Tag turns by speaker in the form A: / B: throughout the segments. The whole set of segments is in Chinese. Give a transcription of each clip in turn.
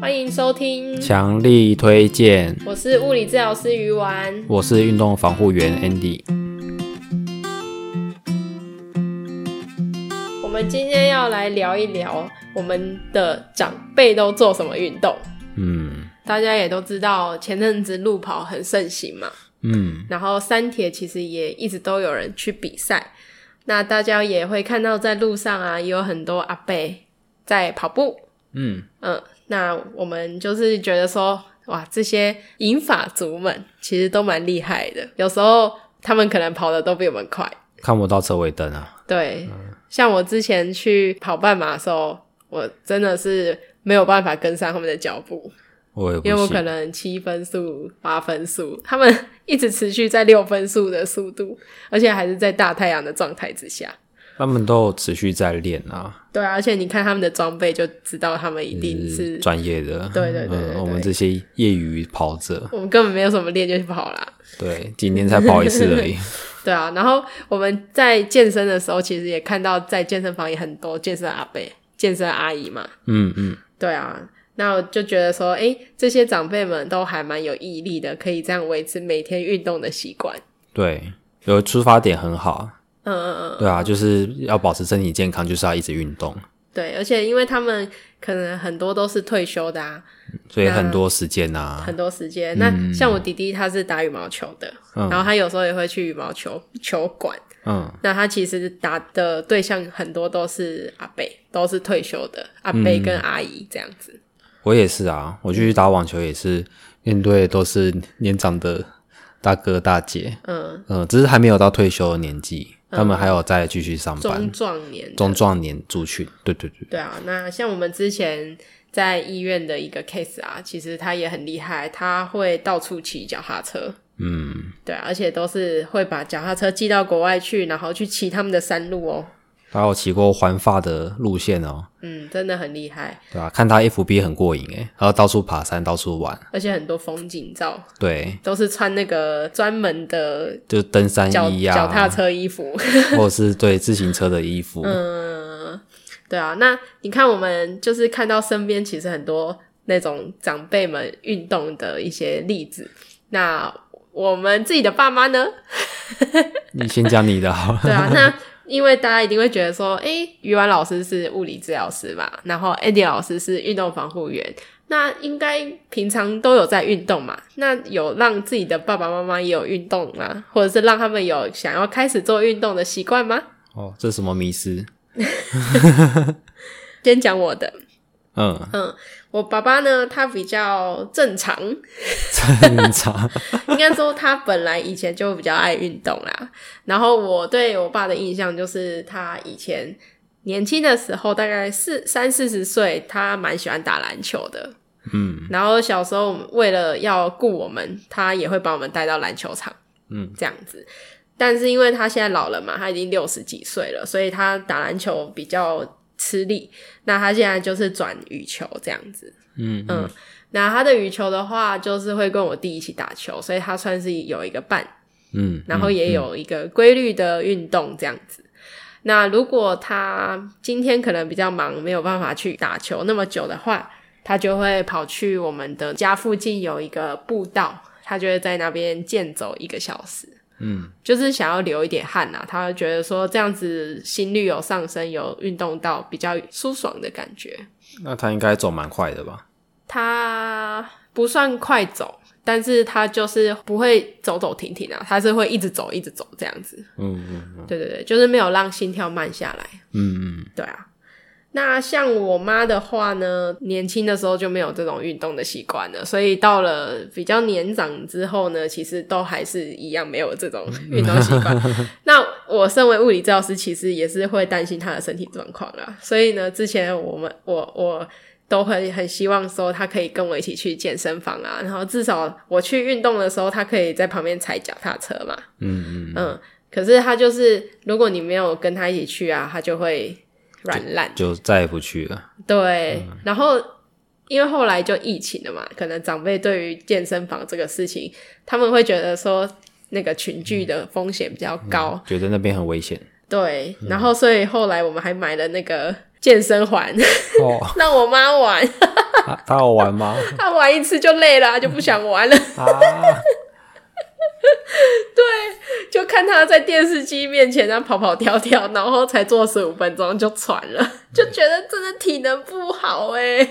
A: 欢迎收听，
B: 强力推荐。
A: 我是物理治疗师鱼丸。
B: 我是运动防护员 Andy。
A: 我们今天要来聊一聊我们的长辈都做什么运动。
B: 嗯
A: 大家也都知道，前阵子路跑很盛行嘛，
B: 嗯，
A: 然后三铁其实也一直都有人去比赛。那大家也会看到，在路上啊，也有很多阿伯在跑步。
B: 嗯，
A: 嗯，那我们就是觉得说，哇，这些银发族们其实都蛮厉害的，有时候他们可能跑的都比我们快。
B: 看不到车尾灯啊。
A: 对，像我之前去跑半马的时候，我真的是没有办法跟上他们的脚步，
B: 我也
A: 因为
B: 不
A: 我可
B: 信。
A: 能七分速、八分速，他们一直持续在六分速的速度，而且还是在大太阳的状态之下。
B: 他们都有持续在练啊，
A: 对啊，而且你看他们的装备就知道他们一定
B: 就是
A: 是，
B: 嗯专业的。
A: 对对对对
B: 嗯
A: 对
B: 我们这些业余跑者，
A: 我们根本没有什么练就去跑啦。
B: 对，今天才跑一次 而已。
A: 对啊，然后我们在健身的时候，其实也看到在健身房也很多健身阿伯、健身阿姨嘛。
B: 嗯嗯，
A: 对啊，那我就觉得说，哎，这些长辈们都还蛮有毅力的，可以这样维持每天运动的习惯。
B: 对，有出发点很好。
A: 嗯嗯嗯，
B: 对啊，就是要保持身体健康，就是要一直运动，
A: 对，而且因为他们可能很多都是退休的啊，
B: 所以
A: 那
B: 很多时间啊。
A: 很多时间。那像我弟弟他是打羽毛球的，
B: 嗯
A: 然后他有时候也会去羽毛球球馆。
B: 嗯
A: 那他其实打的对象很多都是阿伯，都是退休的阿伯跟阿姨这样子。
B: 我也是啊，我去打网球也是面对都是年长的大哥大姐，
A: 嗯，
B: 嗯，只是还没有到退休的年纪，他们还有再继续上班
A: 中，壮年，
B: 中壮年族群，对对对，
A: 对啊。那像我们之前在医院的一个 case 啊，其实他也很厉害，他会到处骑脚踏车，
B: 嗯，
A: 对啊，而且都是会把脚踏车寄到国外去，然后去骑他们的山路哦。
B: 他有骑过环法的路线哦，
A: 嗯，真的很厉害，
B: 对吧、看他 FB 很过瘾诶，然后到处爬山，到处玩，
A: 而且很多风景照
B: 对，
A: 都是穿那个专门的
B: 就登山
A: 脚
B: 衣
A: 脚、踏
B: 啊，
A: 车衣服。
B: 或者是对自行车的衣服，
A: 嗯，对啊，那你看，我们就是看到身边其实很多那种长辈们运动的一些例子。那我们自己的爸妈呢？
B: 你先讲你 的好了，
A: 对啊，那因为大家一定会觉得说，诶、于婉老师是物理治疗师嘛，然后 Andy 老师是运动防护员，那应该平常都有在运动嘛？那有让自己的爸爸妈妈也有运动吗？或者是让他们有想要开始做运动的习惯吗？
B: 哦，这是什么迷失？
A: 先讲我的，
B: 嗯，
A: 我爸爸呢，他比较正常，
B: 正常，
A: 应该说他本来以前就比较爱运动啦。然后我对我爸的印象就是，他以前年轻的时候，大概四三四十岁，他蛮喜欢打篮球的。
B: 嗯
A: 然后小时候我们为了要顾我们，他也会把我们带到篮球场
B: 嗯
A: 这样子。但是因为他现在老了嘛，他已经六十几岁了，所以他打篮球比较吃力。那他现在就是转羽球这样子。
B: 嗯
A: 嗯
B: 嗯，
A: 那他的羽球的话，就是会跟我弟一起打球，所以他算是有一个伴，
B: 嗯，
A: 然后也有一个规律的运动这样子。那如果他今天可能比较忙，没有办法去打球那么久的话，他就会跑去我们的家附近有一个步道，他就会在那边健走一个小时。
B: 嗯，
A: 就是想要流一点汗呐、他会觉得说这样子心率有上升，有运动到比较舒爽的感觉。
B: 那他应该走蛮快的吧？
A: 他不算快走，但是他就是不会走走停停啊，他是会一直走一直走这样子。
B: 嗯嗯
A: 对对对，就是没有让心跳慢下来。
B: 嗯
A: 对啊，那像我妈的话呢，年轻的时候就没有这种运动的习惯了，所以到了比较年长之后呢，其实都还是一样没有这种运动习惯。那我身为物理治疗师，其实也是会担心她的身体状况啦，所以呢，之前我们我我。都很很希望说她可以跟我一起去健身房啊，然后至少我去运动的时候，她可以在旁边踩脚踏车嘛。
B: 嗯嗯嗯，
A: 嗯，可是他就是，如果你没有跟他一起去啊，他就会软烂。
B: 就再也不去了。
A: 对，然后因为后来就疫情了嘛，可能长辈对于健身房这个事情，他们会觉得说那个群聚的
B: 嗯
A: 风险比较高，
B: 觉得那边很危险。
A: 对，然后所以后来我们还买了那个健身环，
B: 哦，
A: 让我妈玩，
B: 他他好玩吗？
A: 她玩一次就累了，她就不想玩了，
B: 啊，
A: 就看她在电视机面前那跑跑跳跳，然后才做十五分钟就喘了， 就觉得真的体能不好哎、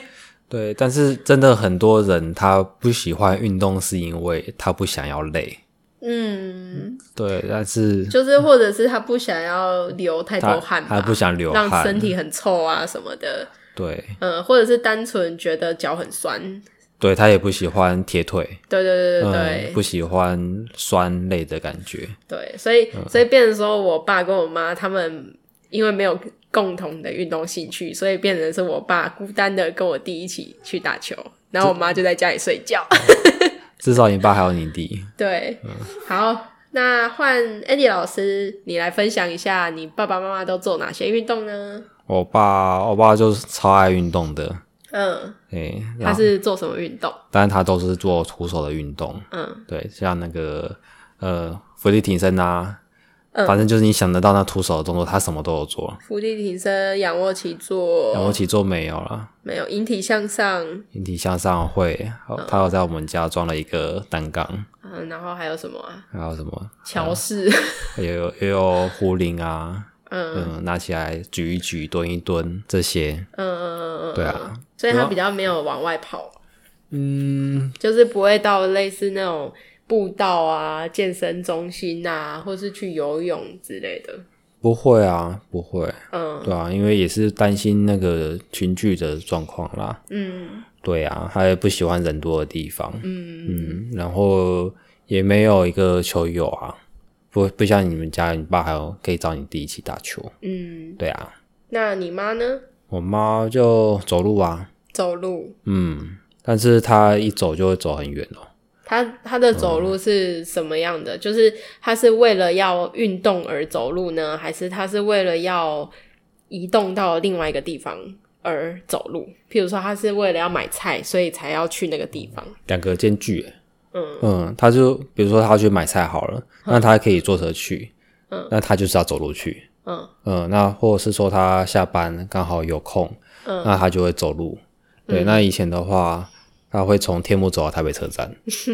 B: 对，但是真的很多人他不喜欢运动，是因为他不想要累。
A: 嗯，
B: 对，但是
A: 就是或者是她不想要流太
B: 他
A: 多汗吧，
B: 他不想流
A: 让
B: 汗，
A: 身体很臭啊什么的，
B: 对，
A: 嗯，或者是单纯觉得脚很酸。
B: 对他也不喜欢铁腿，
A: 对对对对对，
B: 嗯，不喜欢酸累的感觉。
A: 对，所以
B: 嗯
A: 所以变成说我爸跟我妈他们因为没有共同的运动兴趣，所以变成是我爸孤单的跟我弟一起去打球，然后我妈就在家里睡觉。
B: 至少你爸还有你弟，
A: 对，好，那换 Andy 老师，你来分享一下你爸爸妈妈都做哪些运动呢？
B: 我爸，我爸就是超爱运动的，
A: 嗯，
B: 诶，然
A: 他
B: 后
A: 是做什么运动？
B: 但是他都是做徒手的运动，
A: 嗯，
B: 对，像那个呃伏地挺身啊，
A: 嗯
B: 反正就是你想得到那徒手的动作，他什么都有做。
A: 伏地挺身、仰卧起
B: 仰卧
A: 坐，
B: 起坐没有啦，
A: 没有引体向上，
B: 引体向上会，他有在我们家装了一个单杠，
A: 嗯，然后还有什么啊？
B: 还有什么
A: 桥式，
B: 也有也有壶铃啊，
A: 嗯嗯
B: 嗯，拿起来举一举、蹲一蹲这些。
A: 嗯嗯嗯，
B: 对啊，
A: 所以他比较没有往外跑。
B: 嗯，
A: 就是不会到类似那种步道啊、健身中心啊，或是去游泳之类的。
B: 不会啊，不会，
A: 嗯
B: 对啊，因为也是担心那个群聚的状况啦。
A: 嗯
B: 对啊，他也不喜欢人多的地方，
A: 嗯
B: 嗯，然后也没有一个球友啊，不不像你们家，你爸还有可以找你弟一起打球。
A: 嗯。
B: 对啊，
A: 那你妈呢？
B: 我妈就走路啊，
A: 走路，
B: 嗯，但是她一走就会走很远哦。
A: 她她的走路是什么样的？就是她是为了要运动而走路呢，还是她是为了要移动到另外一个地方而走路？譬如说，她是为了要买菜，所以才要去那个地方。
B: 两个间距欸。
A: 嗯
B: 嗯，他就比如说他要去买菜好了，那他可以坐车去，嗯，那他就是要走路去，
A: 嗯
B: 嗯，那或者是说他下班刚好有空，
A: 嗯
B: 那他就会走路。对，那以前的话，他会从天幕走到台北 车站，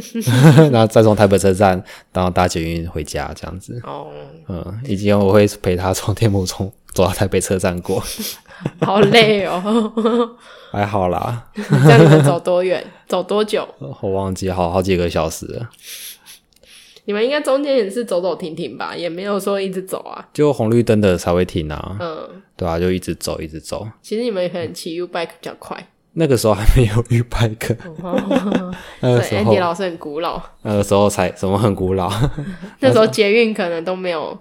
B: 然后再从台北车站，然后搭捷运回家这样子。
A: 哦，
B: 嗯，以前我会陪他从天幕从走到台北车站过，
A: 好累哦。
B: 还好啦，
A: 这样你们走多远？走多久？
B: 我忘记好好几个小时了。
A: 你们应该中间也是走走停停吧，也没有说一直走啊。
B: 就红绿灯的才会停啊，
A: 嗯，
B: 对啊，就一直走，一直走。
A: 其实你们可能骑 U bike 比较快。
B: 那个时候还没有 U bike，那
A: 哦 对
B: 个时候
A: ，Andy 老师很古老，
B: 那个时候才什么很古老。
A: 那时候捷运可能都没有，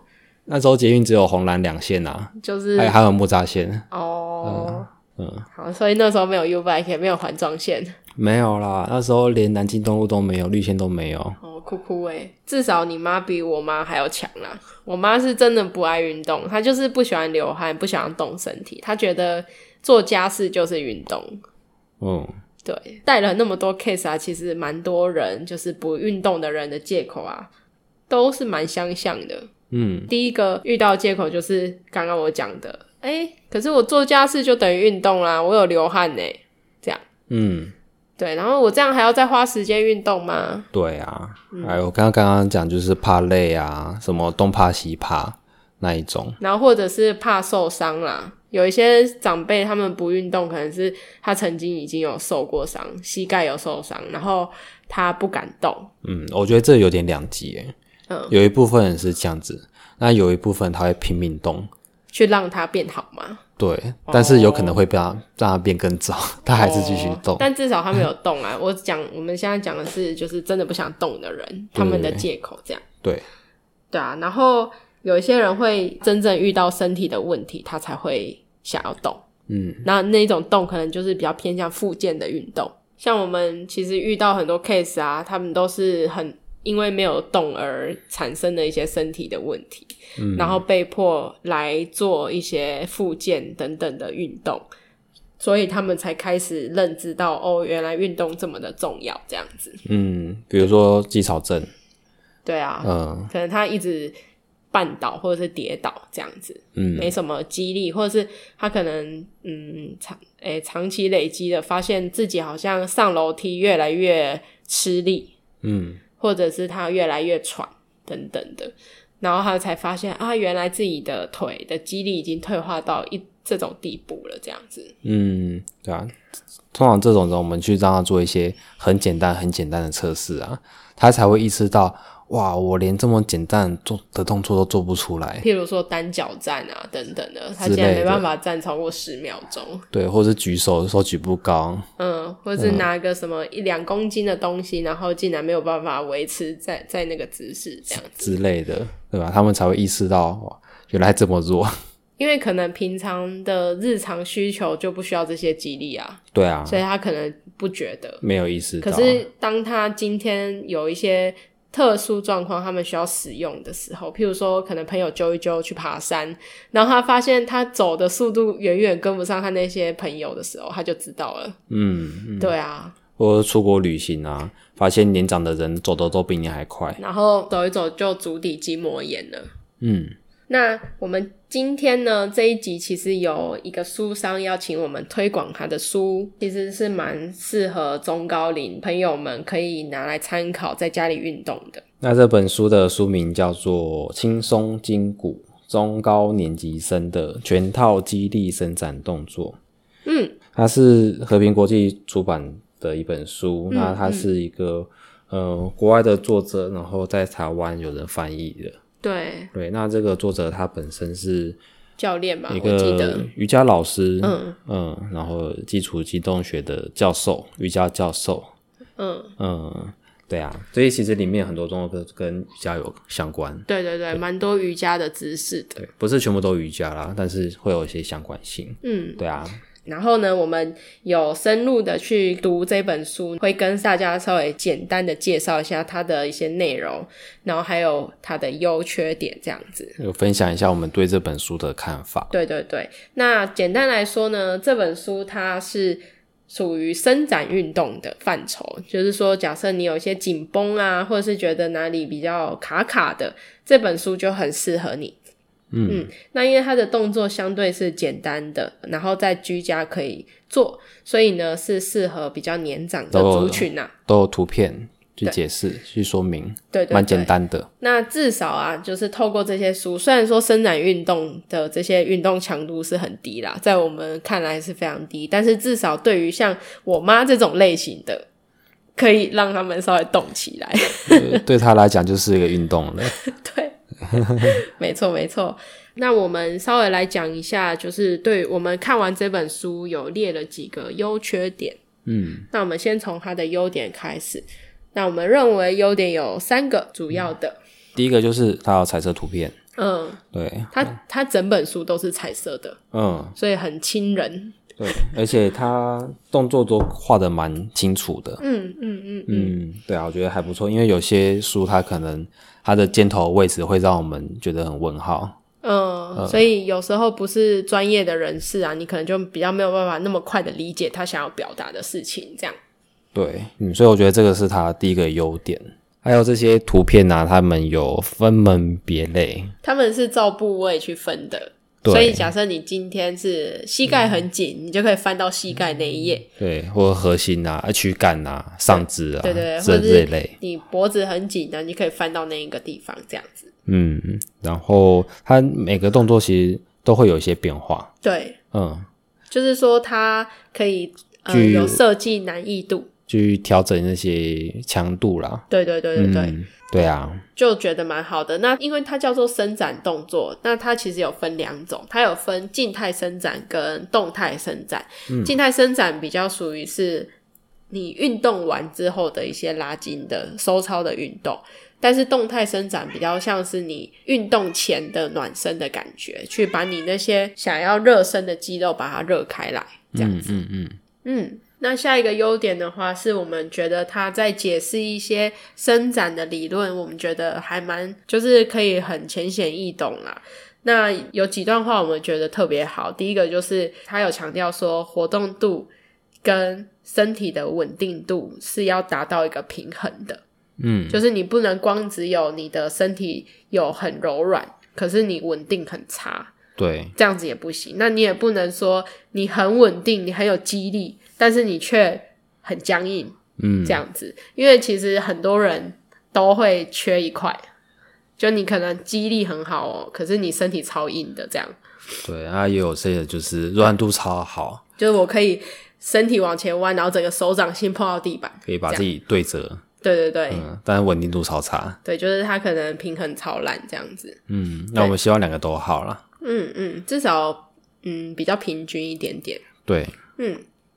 B: 那时候捷运只有红蓝两线啊，
A: 就是
B: 还有还有木栅线，
A: 哦，
B: 嗯，
A: 好，所以那时候没有 U bike，也没有环状线，
B: 没有啦。那时候连南京东路都没有，绿线都没有。
A: 哦，哭哭哎，至少你妈比我妈还要强啦。我妈是真的不爱运动，她就是不喜欢流汗，不想要动身体，她觉得做家事就是运动，
B: 嗯，
A: 对，带了那么多 case 啊，其实蛮多人就是不运动的人的借口啊，都是蛮相像的。
B: 嗯，
A: 第一个遇到的借口就是刚刚我讲的，哎、可是我做家事就等于运动啦，我有流汗欸呢、
B: 嗯，
A: 对，然后我这样还要再花时间运动吗？
B: 对啊。
A: 嗯
B: 哎，我刚刚刚刚讲就是怕累啊，什么东怕西怕那一种。
A: 然后或者是怕受伤啦。有一些长辈他们不运动，可能是他曾经已经有受过伤，膝盖有受伤，然后他不敢动。
B: 嗯，我觉得这有点两极诶。
A: 嗯，
B: 有一部分人是这样子，那有一部分他会拼命动，
A: 去让它变好吗？
B: 对，但是有可能会被他让他变更糟， 他还是继续动
A: 哦。但至少他们有动啊。 我讲我们现在讲的是，就是真的不想动的人，他们的借口这样。
B: 对，
A: 对啊，然后有一些人会真正遇到身体的问题，他才会想要动。
B: 嗯，
A: 那那一种动可能就是比较偏向复健的运动。像我们其实遇到很多 case 啊，他们都是很因为没有动而产生的一些身体的问题，然后被迫来做一些复健等等的运动，所以他们才开始认知到哦，原来运动这么的重要，这样子。
B: 嗯，比如说肌少症，
A: 对啊，
B: 嗯，
A: 可能他一直绊倒或者是跌倒这样子，
B: 嗯
A: 没什么激励，或者是他可能嗯长诶、长期累积的，发现自己好像上楼梯越来越吃力，
B: 嗯
A: 或者是他越来越喘等等的，然后他才发现啊，原来自己的腿的肌力已经退化到一这种地步了，这样子。
B: 嗯，对啊。通常这种人，我们去让他做一些很简单、很简单的测试啊，他才会意识到，哇，我连这么简单做的动作都做不出来，
A: 譬如说单脚站啊等等的，他
B: 之
A: 竟然
B: 类
A: 没
B: 的
A: 办法站超过十秒钟，
B: 对，或者是举手手举不高，
A: 嗯，或是拿个什么一两公斤的东西，然后竟然没有办法维持在在那个姿势这样子，
B: 之类的，对吧？他们才会意识到，哇，原来这么弱。
A: 因为可能平常的日常需求就不需要这些激励啊，
B: 对啊，
A: 所以他可能不觉得。
B: 没有意识
A: 可
B: 到。
A: 是当他今天有一些特殊状况，他们需要使用的时候，譬如说可能朋友揪一揪去爬山，然后他发现他走的速度远远跟不上他那些朋友的时候，他就知道了。
B: 嗯，
A: 对啊，
B: 我出国旅行啊，发现年长的人走的都比你还快。
A: 然后走一走就足底筋膜炎了。
B: 嗯，
A: 那我们今天呢这一集其实有一个书商要请我们推广他的书，其实是蛮适合中高龄朋友们可以拿来参考，在家里运动的。
B: 那这本书的书名叫做《轻松筋骨：中高年级生的全套肌力伸展动作》。
A: 嗯，
B: 它是和平国际出版的一本书，那它是一个呃国外的作者，然后在台湾有人翻译的。
A: 对，
B: 对，那这个作者他本身是
A: 教练嘛，
B: 一
A: 我记
B: 个
A: 得，
B: 瑜伽老师，
A: 嗯
B: 嗯，然后基础机动学的教授，瑜伽教授，
A: 嗯，
B: 嗯，对啊，所以其实里面很多动作都跟瑜伽有相关，
A: 对对对，蛮多瑜伽的知识的。
B: 对，不是全部都瑜伽啦，但是会有一些相关性，
A: 嗯，
B: 对啊，
A: 然后呢，我们有深入的去读这本书，会跟大家稍微简单的介绍一下它的一些内容，然后还有它的优缺点这样子。
B: 有分享一下我们对这本书的看法，
A: 对对对，那简单来说呢，这本书它是属于伸展运动的范畴，就是说，假设你有一些紧绷啊，或者是觉得哪里比较卡卡的，这本书就很适合你。
B: 嗯
A: 嗯，那因为它的动作相对是简单的，然后在居家可以做，所以呢是适合比较年长的
B: 都有
A: 族群啊呐、
B: 都有图片去
A: 对
B: 解释、去说明，
A: 对对对，
B: 蛮简单的，
A: 那至少啊，就是透过这些书，虽然说伸展运动的这些运动强度是很低啦，在我们看来是非常低，但是至少对于像我妈这种类型的，可以让他们稍微动起来。
B: 呃对他来讲就是一个运动了，
A: 对，没错没错。那我们稍微来讲一下，就是对我们看完这本书有列了几个优缺点。
B: 嗯，
A: 那我们先从它的优点开始。那我们认为优点有三个主要的，
B: 第一个就是它有彩色图片，
A: 嗯，
B: 对，
A: 它它整本书都是彩色的，
B: 嗯，
A: 所以很亲人。
B: 对，而且他动作都画的蛮清楚的。
A: 嗯嗯嗯，
B: 嗯，对啊，我觉得还不错，因为有些书它可能它的箭头位置会让我们觉得很问号。
A: 嗯，所以有时候不是专业的人士啊，你可能就比较没有办法那么快的理解他想要表达的事情，这样。
B: 对，嗯，所以我觉得这个是它第一个优点。还有这些图片啊，他们有分门别类，
A: 他们是照部位去分的，
B: 对
A: 所以假设你今天是膝盖很紧，你就可以翻到膝盖那一页。
B: 对，或者核心啊、躯干啊、上肢啊，
A: 对对对，
B: 这
A: 或者
B: 这一
A: 是
B: 类。
A: 你脖子很紧的，你可以翻到那一个地方，这样子。
B: 嗯，然后它每个动作其实都会有一些变化。
A: 对，
B: 嗯，
A: 就是说它可以呃
B: 具
A: 有设计难易度。
B: 去调整那些强度啦。
A: 对对对对对，
B: 嗯，对啊，
A: 就觉得蛮好的。那因为它叫做伸展动作，那它其实有分两种，它有分静态伸展跟动态伸展。静态伸展比较属于是你运动完之后的一些拉筋的收操的运动，但是动态伸展比较像是你运动前的暖身的感觉，去把你那些想要热身的肌肉把它热开来，这样子。
B: 嗯嗯嗯，
A: 嗯，那下一个优点的话，是我们觉得他在解释一些伸展的理论，我们觉得还蛮就是可以很浅显易懂啦。那有几段话我们觉得特别好，第一个就是他有强调说活动度跟身体的稳定度是要达到一个平衡的，
B: 嗯，
A: 就是你不能光只有你的身体有很柔软，可是你稳定很差，
B: 对，
A: 这样子也不行。那你也不能说你很稳定，你很有激励，但是你却很僵硬
B: 嗯
A: 这，样子，因为其实很多人都会缺一块，就你可能肌力很好哦，可是你身体超硬的这样。
B: 对啊，也有这个就是软度超好，
A: 就是我可以身体往前弯，然后整个手掌心碰到地板。
B: 可以把自己对折，
A: 对对对、
B: 嗯，但是稳定度超差，
A: 对，就是他可能平衡超烂这样子。
B: 嗯，那我们希望两个都好啦。
A: 嗯嗯，至少嗯比较平均一点点。
B: 对，
A: 嗯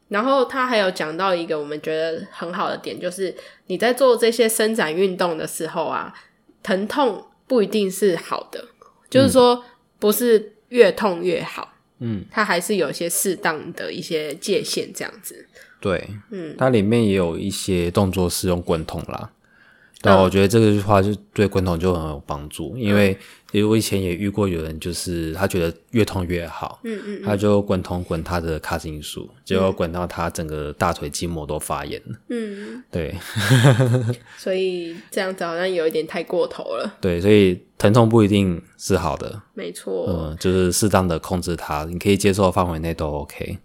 A: 然后他还有讲到一个我们觉得很好的点，就是你在做这些伸展运动的时候啊，疼痛不一定是好的，就是说不是越痛越好，
B: 嗯，
A: 它还是有一些适当的一些界限这样子。
B: 对，
A: 嗯，
B: 它里面也有一些动作是用滚筒啦。对啊，
A: 嗯
B: 我觉得这句话就对滚筒就很有帮助，因为其实我以前也遇过有人，就是他觉得越痛越好，
A: 嗯嗯，
B: 他就滚筒滚他的卡紧素，结果滚到他整个大腿筋膜都发炎了。
A: 嗯，
B: 对
A: 所以这样子好像有一点太过头了。
B: 对，所以疼痛不一定是好的，
A: 没错，
B: 嗯，就是适当的控制它，你可以接受的范围内都 OK。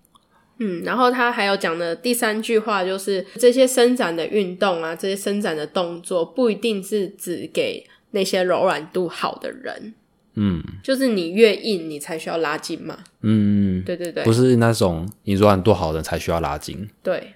A: 嗯，然后他还有讲的第三句话就是，这些伸展的运动啊，这些伸展的动作，不一定是只给那些柔软度好的人，
B: 嗯
A: 就是你越硬，你才需要拉筋嘛。
B: 嗯，
A: 对对对
B: 不，是那种你柔软度好的人才需要拉筋。
A: 对，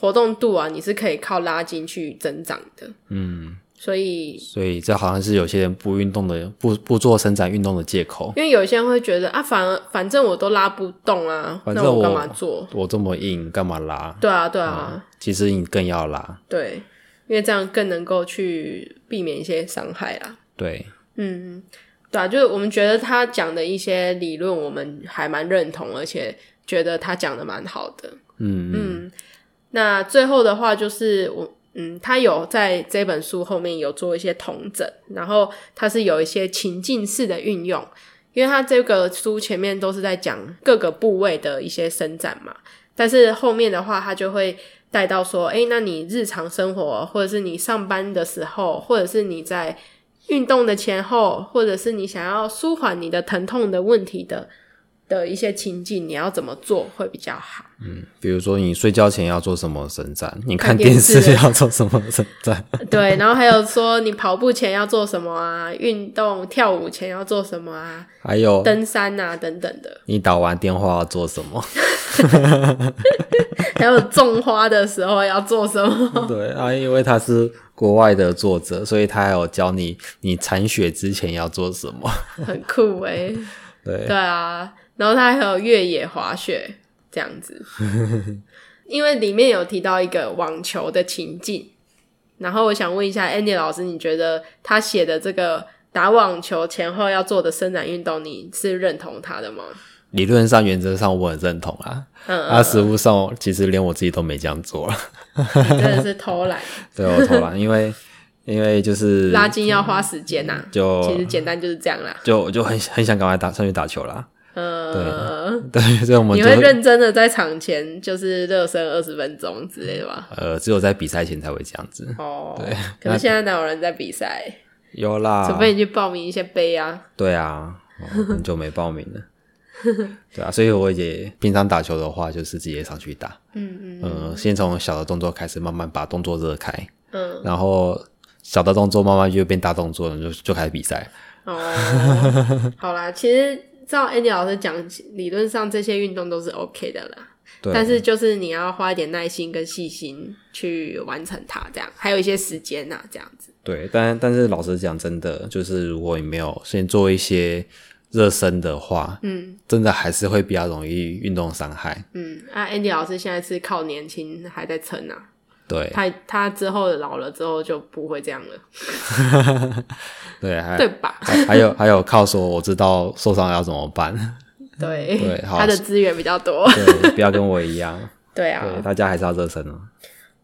A: 活动度啊，你是可以靠拉筋去增长的。
B: 嗯，
A: 所以，
B: 所以这好像是有些人不运动的、不不做伸展运动的借口。
A: 因为有些人会觉得啊，反而反正我都拉不动啊，
B: 反
A: 那
B: 正我
A: 干嘛做？
B: 我这么硬，干嘛拉？
A: 对啊，对啊，
B: 其实你更要拉。
A: 对，因为这样更能够去避免一些伤害啊啦。
B: 对，
A: 嗯，对啊，就是我们觉得他讲的一些理论，我们还蛮认同，而且觉得他讲的蛮好的。
B: 嗯嗯，
A: 嗯，那最后的话就是我，嗯，他有在这本书后面有做一些统整，然后他是有一些情境式的运用，因为他这个书前面都是在讲各个部位的一些伸展嘛，但是后面的话他就会带到说，诶，那你日常生活，或者是你上班的时候，或者是你在运动的前后，或者是你想要舒缓你的疼痛的问题的。的一些情境，你要怎么做会比较好？
B: 比如说你睡觉前要做什么伸展，你看
A: 看电
B: 电
A: 视
B: 视要做什么伸展。
A: 对，然后还有说你跑步前要做什么啊，运动跳舞前要做什么啊，
B: 还有
A: 登山啊等等的，
B: 你打完电话要做什么？
A: 还有种花的时候要做什么。
B: 对啊，因为他是国外的作者，所以他还有教你你铲雪之前要做什 么。
A: 很酷诶、
B: 对，
A: 对啊，然后它还有越野滑雪这样子，因为里面有提到一个网球的情境，然后我想问一下 Andy 老师，你觉得他写的这个打网球前后要做的伸展运动，你是认同他的吗？
B: 理论上、原则上我很认同啊，
A: 嗯，
B: 啊，实物上其实连我自己都没这样做 了。
A: 你真的是偷懒，
B: 对我偷 懒，因为因为就是
A: 拉筋要花时间呐、啊
B: 就
A: 其实简单就是这样啦。
B: 就我就很很想赶快打上去打球啦。
A: 呃，
B: 对，所以我们
A: 你
B: 就
A: 会认真的在场前就是热身二十分钟之类的吧？
B: 呃，只有在比赛前才会这样子。
A: 哦，
B: 对啊
A: 可是现在哪有人在比赛？
B: 有啦，
A: 除非你去报名一些杯啊。
B: 对啊，哦很久没报名 了。对啊，所以我也平常打球的话，就是直接上去打。
A: 嗯嗯
B: 嗯、先从小的动作开始，慢慢把动作热开，
A: 嗯，
B: 然后小的动作慢慢就变大动作了，就就开始比赛。
A: 哦， 好啦，其实照 Andy 老师讲，理论上这些运动都是 OK 的啦。
B: 对，
A: 但是就是你要花一点耐心跟细心去完成它，这样还有一些时间呐、啊这样子。
B: 对，但但是老实讲，真的就是如果你没有先做一些热身的话，
A: 嗯
B: 真的还是会比较容易运动伤害。
A: 嗯，啊，Andy 老师现在是靠年轻还在撑啊，
B: 对
A: 他他之后老了之后就不会这样了，
B: 对，还
A: 对吧？
B: 还还有还有靠说我知道受伤要怎么办，
A: 对，
B: 对好
A: 他的资源比较 多。
B: 对，不要跟我一样，
A: 对
B: 对，
A: 啊，
B: 大家还是要热身哦。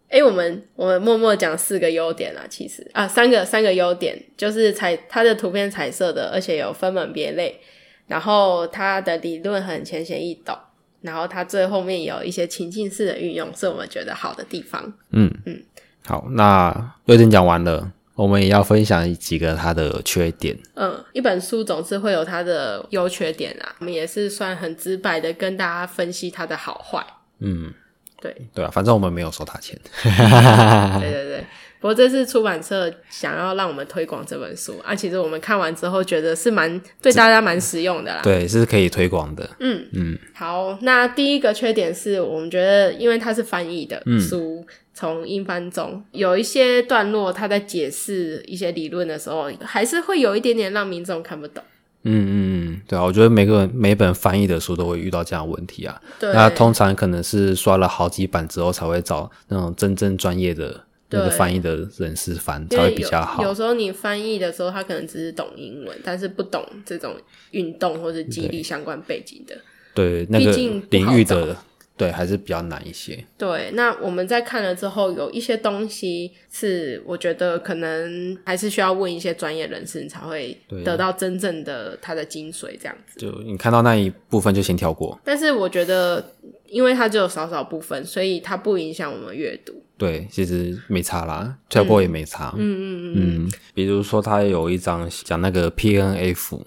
A: 哎、我们我们默默讲四个优点啊，其实啊，三个三个优点就是彩它的图片彩色的，而且有分门别类，然后它的理论很浅显易懂，然后它最后面有一些情境式的运用，是我们觉得好的地方。
B: 嗯嗯，好，那优点讲完了，我们也要分享几个它的缺点。
A: 嗯，一本书总是会有它的优缺点啊，我们也是算很直白的跟大家分析它的好坏。
B: 嗯，
A: 对，
B: 对啊，反正我们没有收他钱。哦
A: 对对对。不过这次出版社想要让我们推广这本书啊，其实我们看完之后觉得是蛮对大家蛮实用的啦。
B: 对，是可以推广的。
A: 嗯
B: 嗯，
A: 好，那第一个缺点是我们觉得，因为它是翻译的
B: 嗯
A: 书，从英翻中有一些段落，它在解释一些理论的时候，还是会有一点点让民众看不懂。
B: 嗯嗯嗯，对啊，我觉得每个每本翻译的书都会遇到这样的问题啊。
A: 对，
B: 那通常可能是刷了好几版之后才会找那种真正专业的那个
A: 对
B: 翻译的人士翻，
A: 因为
B: 才会
A: 有
B: 比较好。
A: 有时候你翻译的时候，他可能只是懂英文，但是不懂这种运动或是激励相关背景的。
B: 对那
A: 毕
B: 个
A: 竟不
B: 领
A: 好
B: 域
A: 找
B: 的，对还是比较难一些。
A: 对，那我们在看了之后，有一些东西是我觉得可能还是需要问一些专业人士，你才会
B: 对
A: 得到真正的它的精髓这样子。
B: 就你看到那一部分就先跳过。
A: 但是我觉得，因为它只有少少部分，所以它不影响我们阅读。
B: 对，其实没差啦，跳过也没差。嗯嗯嗯比如说他有一张讲那个 PNF，、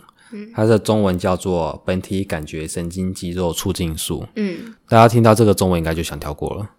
B: 它的中文叫做本体感觉神经肌肉促进素。
A: 嗯，
B: 大家听到这个中文应该就想跳过了。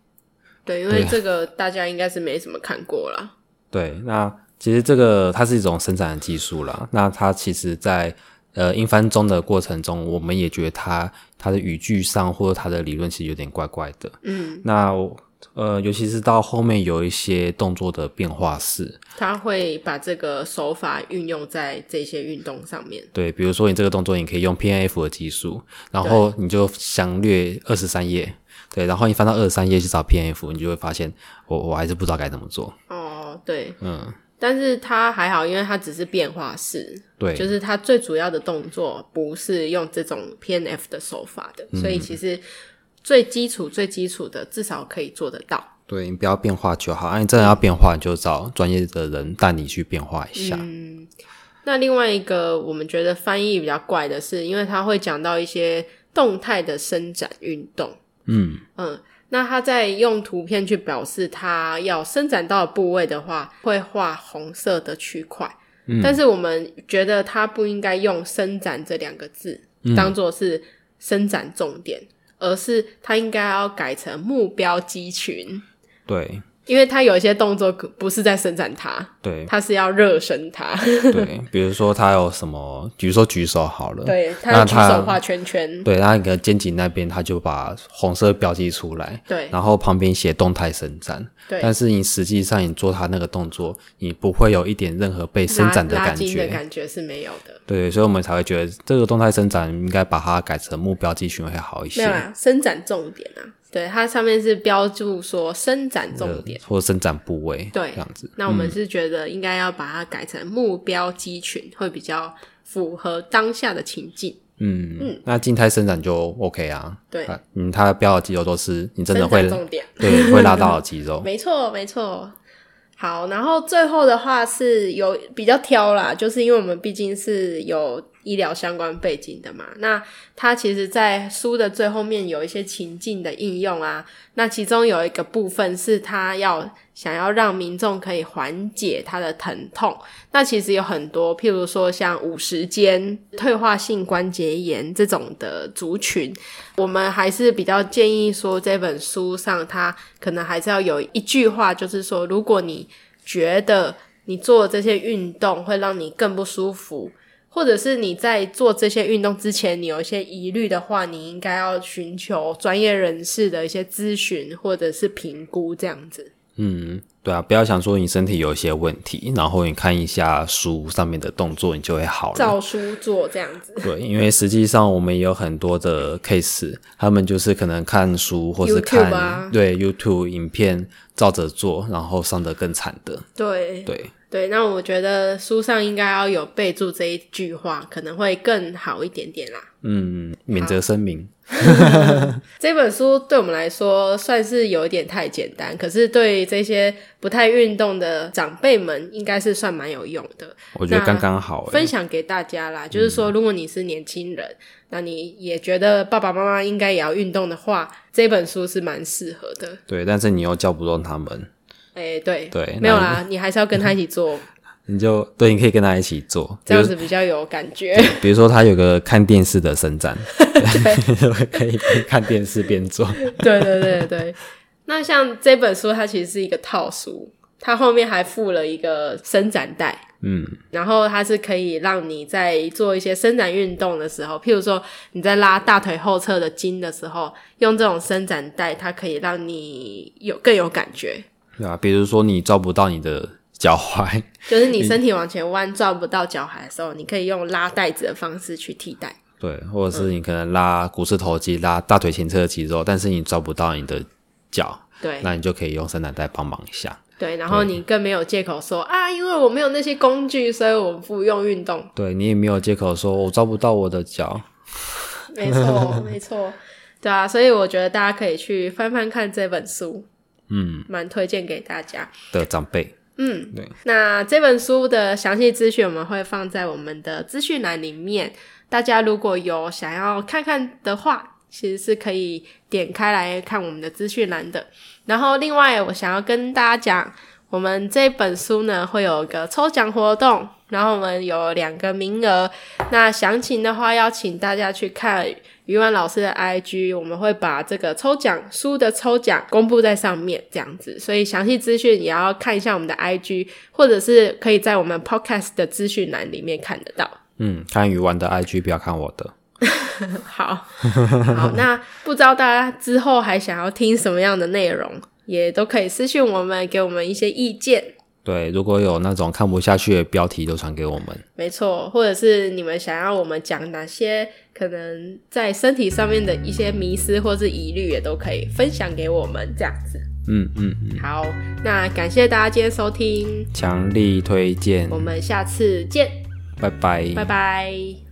A: 对，因为这个大家应该是没怎么看过啦。
B: 对，那其实这个它是一种生产的技术啦。那它其实在呃英翻中的过程中，我们也觉得它它的语句上或者它的理论其实有点怪怪的。
A: 嗯，
B: 那我呃，尤其是到后面有一些动作的变化式，
A: 他会把这个手法运用在这些运动上面。
B: 对，比如说你这个动作，你可以用 PNF 的技术，然后你就详略二十三页，对，然后你翻到二十三页去找 PNF，你就会发现哦我我还是不知道该怎么做，
A: 哦，对，
B: 嗯，
A: 但是它还好，因为它只是变化式，
B: 对，
A: 就是它最主要的动作不是用这种 PNF 的手法的，所以其实最基础、最基础的至少可以做得到。
B: 对你不要变化就好，啊，你真的要变化，你就找专业的人带你去变化一下，
A: 嗯，那另外一个我们觉得翻译比较怪的是，因为它会讲到一些动态的伸展运动，
B: 嗯
A: 嗯。那它在用图片去表示它要伸展到的部位的话，会画红色的区块。
B: 嗯
A: 但是我们觉得它不应该用“伸展”这两个字
B: 嗯
A: 当做是伸展重点，而是它应该要改成目标肌群，
B: 对
A: 因为它有一些动作可不是在伸展它，
B: 对
A: 它是要热身它。
B: 对，比如说他有什么，比如说举手好了，
A: 对，它
B: 那
A: 要举
B: 它
A: 手画圈圈。
B: 对，那你的肩颈那边他就把红色标记出来，
A: 对
B: 然后旁边写动态伸展，
A: 对，
B: 但是你实际上你做他那个动作，你不会有一点任何被伸
A: 拉
B: 展的
A: 拉
B: 感
A: 筋
B: 觉
A: 的。感觉是没有的。
B: 对，所以我们才会觉得这个动态伸展应该把它改成目标肌群会好一
A: 没有啊
B: 些，
A: 啦，伸展重点啊，对，它上面是标注说伸展重点。
B: 或者伸展部位，
A: 对
B: 这样子。
A: 那我们是觉得应该要把它改成目标肌群，会比较符合当下的情境。
B: 嗯，那静态伸展就 OK 啊。
A: 对
B: 啊嗯，它标的肌肉都是你真的会
A: 伸展重点，
B: 对会拉到的肌肉。
A: 没错，没错。好，然后最后的话是有比较挑啦，就是因为我们毕竟是有医疗相关背景的嘛。那它其实，在书的最后面有一些情境的应用啊。那其中有一个部分是它要想要让民众可以缓解他的疼痛。那其实有很多，譬如说像五十肩、退化性关节炎这种的族群，我们还是比较建议说，这本书上它可能还是要有一句话，就是说，如果你觉得你做这些运动会让你更不舒服，或者是你在做这些运动之前你有一些疑虑的话，你应该要寻求专业人士的一些咨询或者是评估这样子。
B: 嗯，对啊，不要想说你身体有一些问题，然后你看一下书上面的动作，你就会好了。
A: 照书做这样子
B: 对，因为实际上我们也有很多的 case，他们就是可能看书或是看
A: YouTube 啊
B: 对 YouTube 影片照着做，然后伤得更惨的。
A: 对
B: 对，
A: 对，那我觉得书上应该要有备注这一句话，可能会更好一点点啦。
B: 嗯，免责声明。
A: 这本书对我们来说算是有一点太简单，可是对这些不太运动的长辈们，应该是算蛮有用的，
B: 我觉得刚刚好、嗯欸
A: 分。享给大家啦。就是说，如果你是年轻人，那你也觉得爸爸妈妈应该也要运动的话，这本书是蛮适合的。
B: 对，但是你又叫不动他们。
A: 哎、对，
B: 对
A: 没有啦，你还是要跟他一起做
B: 你就对，你可以跟他一起做，
A: 这样子比较有感觉。
B: 比如说他有个看电视的 伸展， 可以边看电视边做。
A: 对对对对，那像这本书，它其实是一个套书，它后面还附了一个伸展带。
B: 嗯，
A: 然后它是可以让你在做一些伸展运动的时候，譬如说你在拉大腿后侧的筋的时候，用这种伸展带，它可以让你有更有感觉。
B: 对啊，比如说你照不到你的脚踝，
A: 就是你身体往前弯照不到脚踝的时候，你可以用拉带子的方式去替代。
B: 对，或者是你可能拉股四头肌、拉大腿前侧的肌肉，但是你照不到你的脚，
A: 对
B: 那你就可以用伸展带帮忙一下。
A: 对，然后你更没有借口说啊，因为我没有那些工具，所以我不用运 动。
B: 对你也没有借口说我照不到我的脚。
A: 没错，没错，对啊，所以我觉得大家可以去翻翻看这本书，
B: 嗯，
A: 蛮推荐给大家。
B: 的长辈，
A: 嗯，
B: 对。
A: 那这本书的详细资讯我们会放在我们的资讯栏里面，大家如果有想要看看的话，其实是可以点开来看我们的资讯栏的。然后，另外我想要跟大家讲，我们这本书呢会有一个抽奖活动，然后我们有两个名额。那详情的话，要请大家去看于文老师的 IG，我们会把这个抽奖书的抽奖公布在上面，这样子。所以详细资讯也要看一下我们的 IG，或者是可以在我们 Podcast 的资讯栏里面看得到。
B: 嗯，看鱼丸的 IG，不要看我的。
A: 好，好，那不知道大家之后还想要听什么样的内容，也都可以私信我们，给我们一些意见。
B: 对，如果有那种看不下去的标题，就传给我们。
A: 没错，或者是你们想要我们讲哪些可能在身体上面的一些迷思或是疑虑，也都可以分享给我们这样子。
B: 嗯嗯嗯，
A: 好，那感谢大家今天收听，
B: 强力推荐
A: 我，们下次见，
B: 拜拜，
A: 拜拜。